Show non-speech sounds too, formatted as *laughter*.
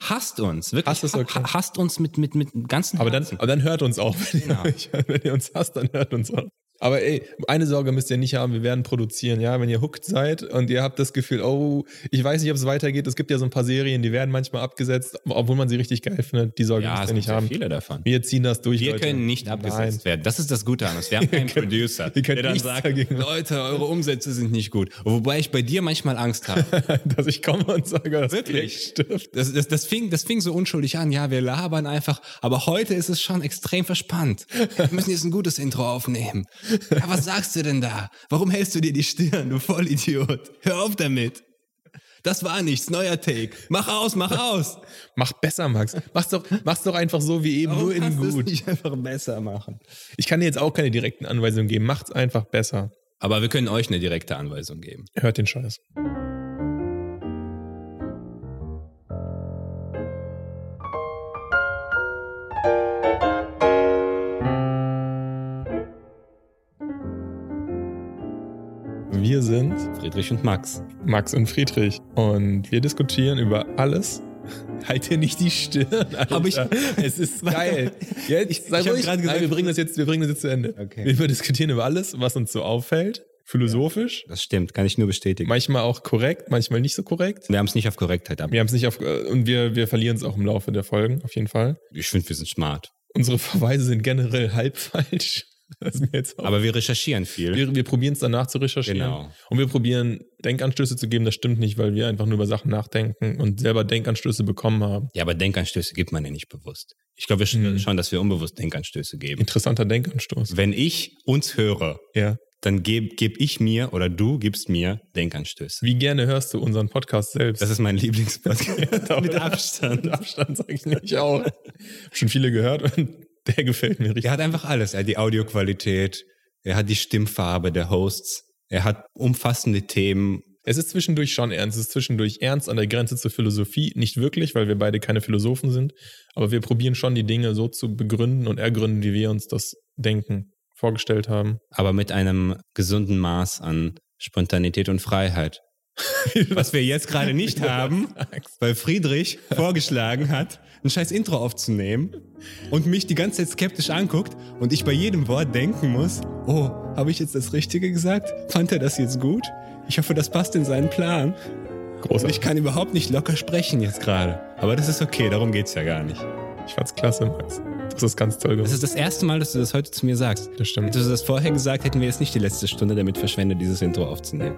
Hasst uns, wirklich. Hasst es, okay. Ha- Hasst uns mit, mit, mit dem ganzen Aber dann, Herzen. aber dann hört uns auch. Wenn, Genau. ihr, wenn ihr uns hasst, dann hört uns auch. Aber ey, eine Sorge müsst ihr nicht haben, wir werden produzieren, ja. Wenn ihr hooked seid und ihr habt das Gefühl, oh, ich weiß nicht, ob es weitergeht, es gibt ja so ein paar Serien, die werden manchmal abgesetzt, obwohl man sie richtig geil findet, die Sorge ja, es müsst ihr gibt nicht sehr haben. viele davon. Wir ziehen das durch. Wir Leute. können nicht abgesetzt *laughs* werden. Das ist das Gute an uns. Wir haben keinen Producer, ihr könnt der dann nichts sagt, dagegen machen. Leute, eure Umsätze sind nicht gut. Wobei ich bei dir manchmal Angst *laughs* habe. Nein, dass ich komme und sage, das Projekt Wirklich? stirbt. Das, das, das, fing, das fing so unschuldig an. Ja, wir labern einfach. Aber heute ist es schon extrem verspannt. Wir müssen jetzt ein gutes Intro aufnehmen. Ja, was sagst du denn da? Warum hältst du dir die Stirn, du Vollidiot? Hör auf damit. Das war nichts. Neuer Take. Mach aus, mach aus. Mach besser, Max. Mach's doch, mach's doch einfach so wie eben, nur in kannst du es gut. nicht einfach besser machen? Ich kann dir jetzt auch keine direkten Anweisungen geben. Macht's einfach besser. Aber wir können euch eine direkte Anweisung geben. Hört den Scheiß. Wir sind Friedrich und Max. Max und Friedrich und wir diskutieren über alles. *laughs* Halt dir nicht die Stirn. Alter. Hab ich- Es *laughs* ist geil. Jetzt, Ich- sei ich hab ruhig. grad Nein, gesagt- wir bringen das jetzt, wir bringen das jetzt zu Ende. Okay. Wir diskutieren über alles, was uns so auffällt, philosophisch, Das stimmt, kann ich nur bestätigen. manchmal auch korrekt, manchmal nicht so korrekt. Wir haben es nicht auf Korrektheit ab. Wir haben es nicht auf äh, und wir wir verlieren es auch im Laufe der Folgen auf jeden Fall. Ich finde, wir sind smart. Unsere Verweise sind generell *laughs* halb falsch. Das ist mir jetzt auch Aber wir recherchieren viel. Wir, wir probieren es danach zu recherchieren. Genau. Und wir probieren, Denkanstöße zu geben. Das stimmt nicht, weil wir einfach nur über Sachen nachdenken und selber Denkanstöße bekommen haben. Ja, aber Denkanstöße gibt man ja nicht bewusst. Ich glaube, wir sch Hm. schauen, dass wir unbewusst Denkanstöße geben. Interessanter Denkanstoß. Wenn ich uns höre, Ja. dann gebe geb ich mir oder du gibst mir Denkanstöße. Wie gerne hörst du unseren Podcast selbst? Das ist mein Lieblingspodcast. Mit *laughs* Mit Abstand. Abstand sage ich nicht auch. Hab schon viele gehört und der gefällt mir richtig. Er hat einfach alles. Er hat die Audioqualität, er hat die Stimmfarbe der Hosts, er hat umfassende Themen. Es ist zwischendurch schon ernst. Es ist zwischendurch ernst an der Grenze zur Philosophie. Nicht wirklich, weil wir beide keine Philosophen sind. Aber wir probieren schon, die Dinge so zu begründen und ergründen, wie wir uns das denken, vorgestellt haben. *laughs* aber mit einem gesunden Maß an Spontanität und Freiheit. *laughs* Was wir jetzt gerade *laughs* nicht haben, weil Friedrich vorgeschlagen hat, ein scheiß Intro aufzunehmen und mich die ganze Zeit skeptisch anguckt und ich bei jedem Wort denken muss, oh, habe ich jetzt das Richtige gesagt? Fand er das jetzt gut? Ich hoffe, das passt in seinen Plan. Und Großartig. ich kann überhaupt nicht locker sprechen jetzt gerade. Aber das ist okay, darum geht's ja gar nicht. Ich fand's klasse, Max. Das ist ganz toll Das gemacht. ist das erste Mal, dass du das heute zu mir sagst. Das stimmt. Hättest du das vorher gesagt, hätten wir jetzt nicht die letzte Stunde damit verschwendet, dieses Intro aufzunehmen.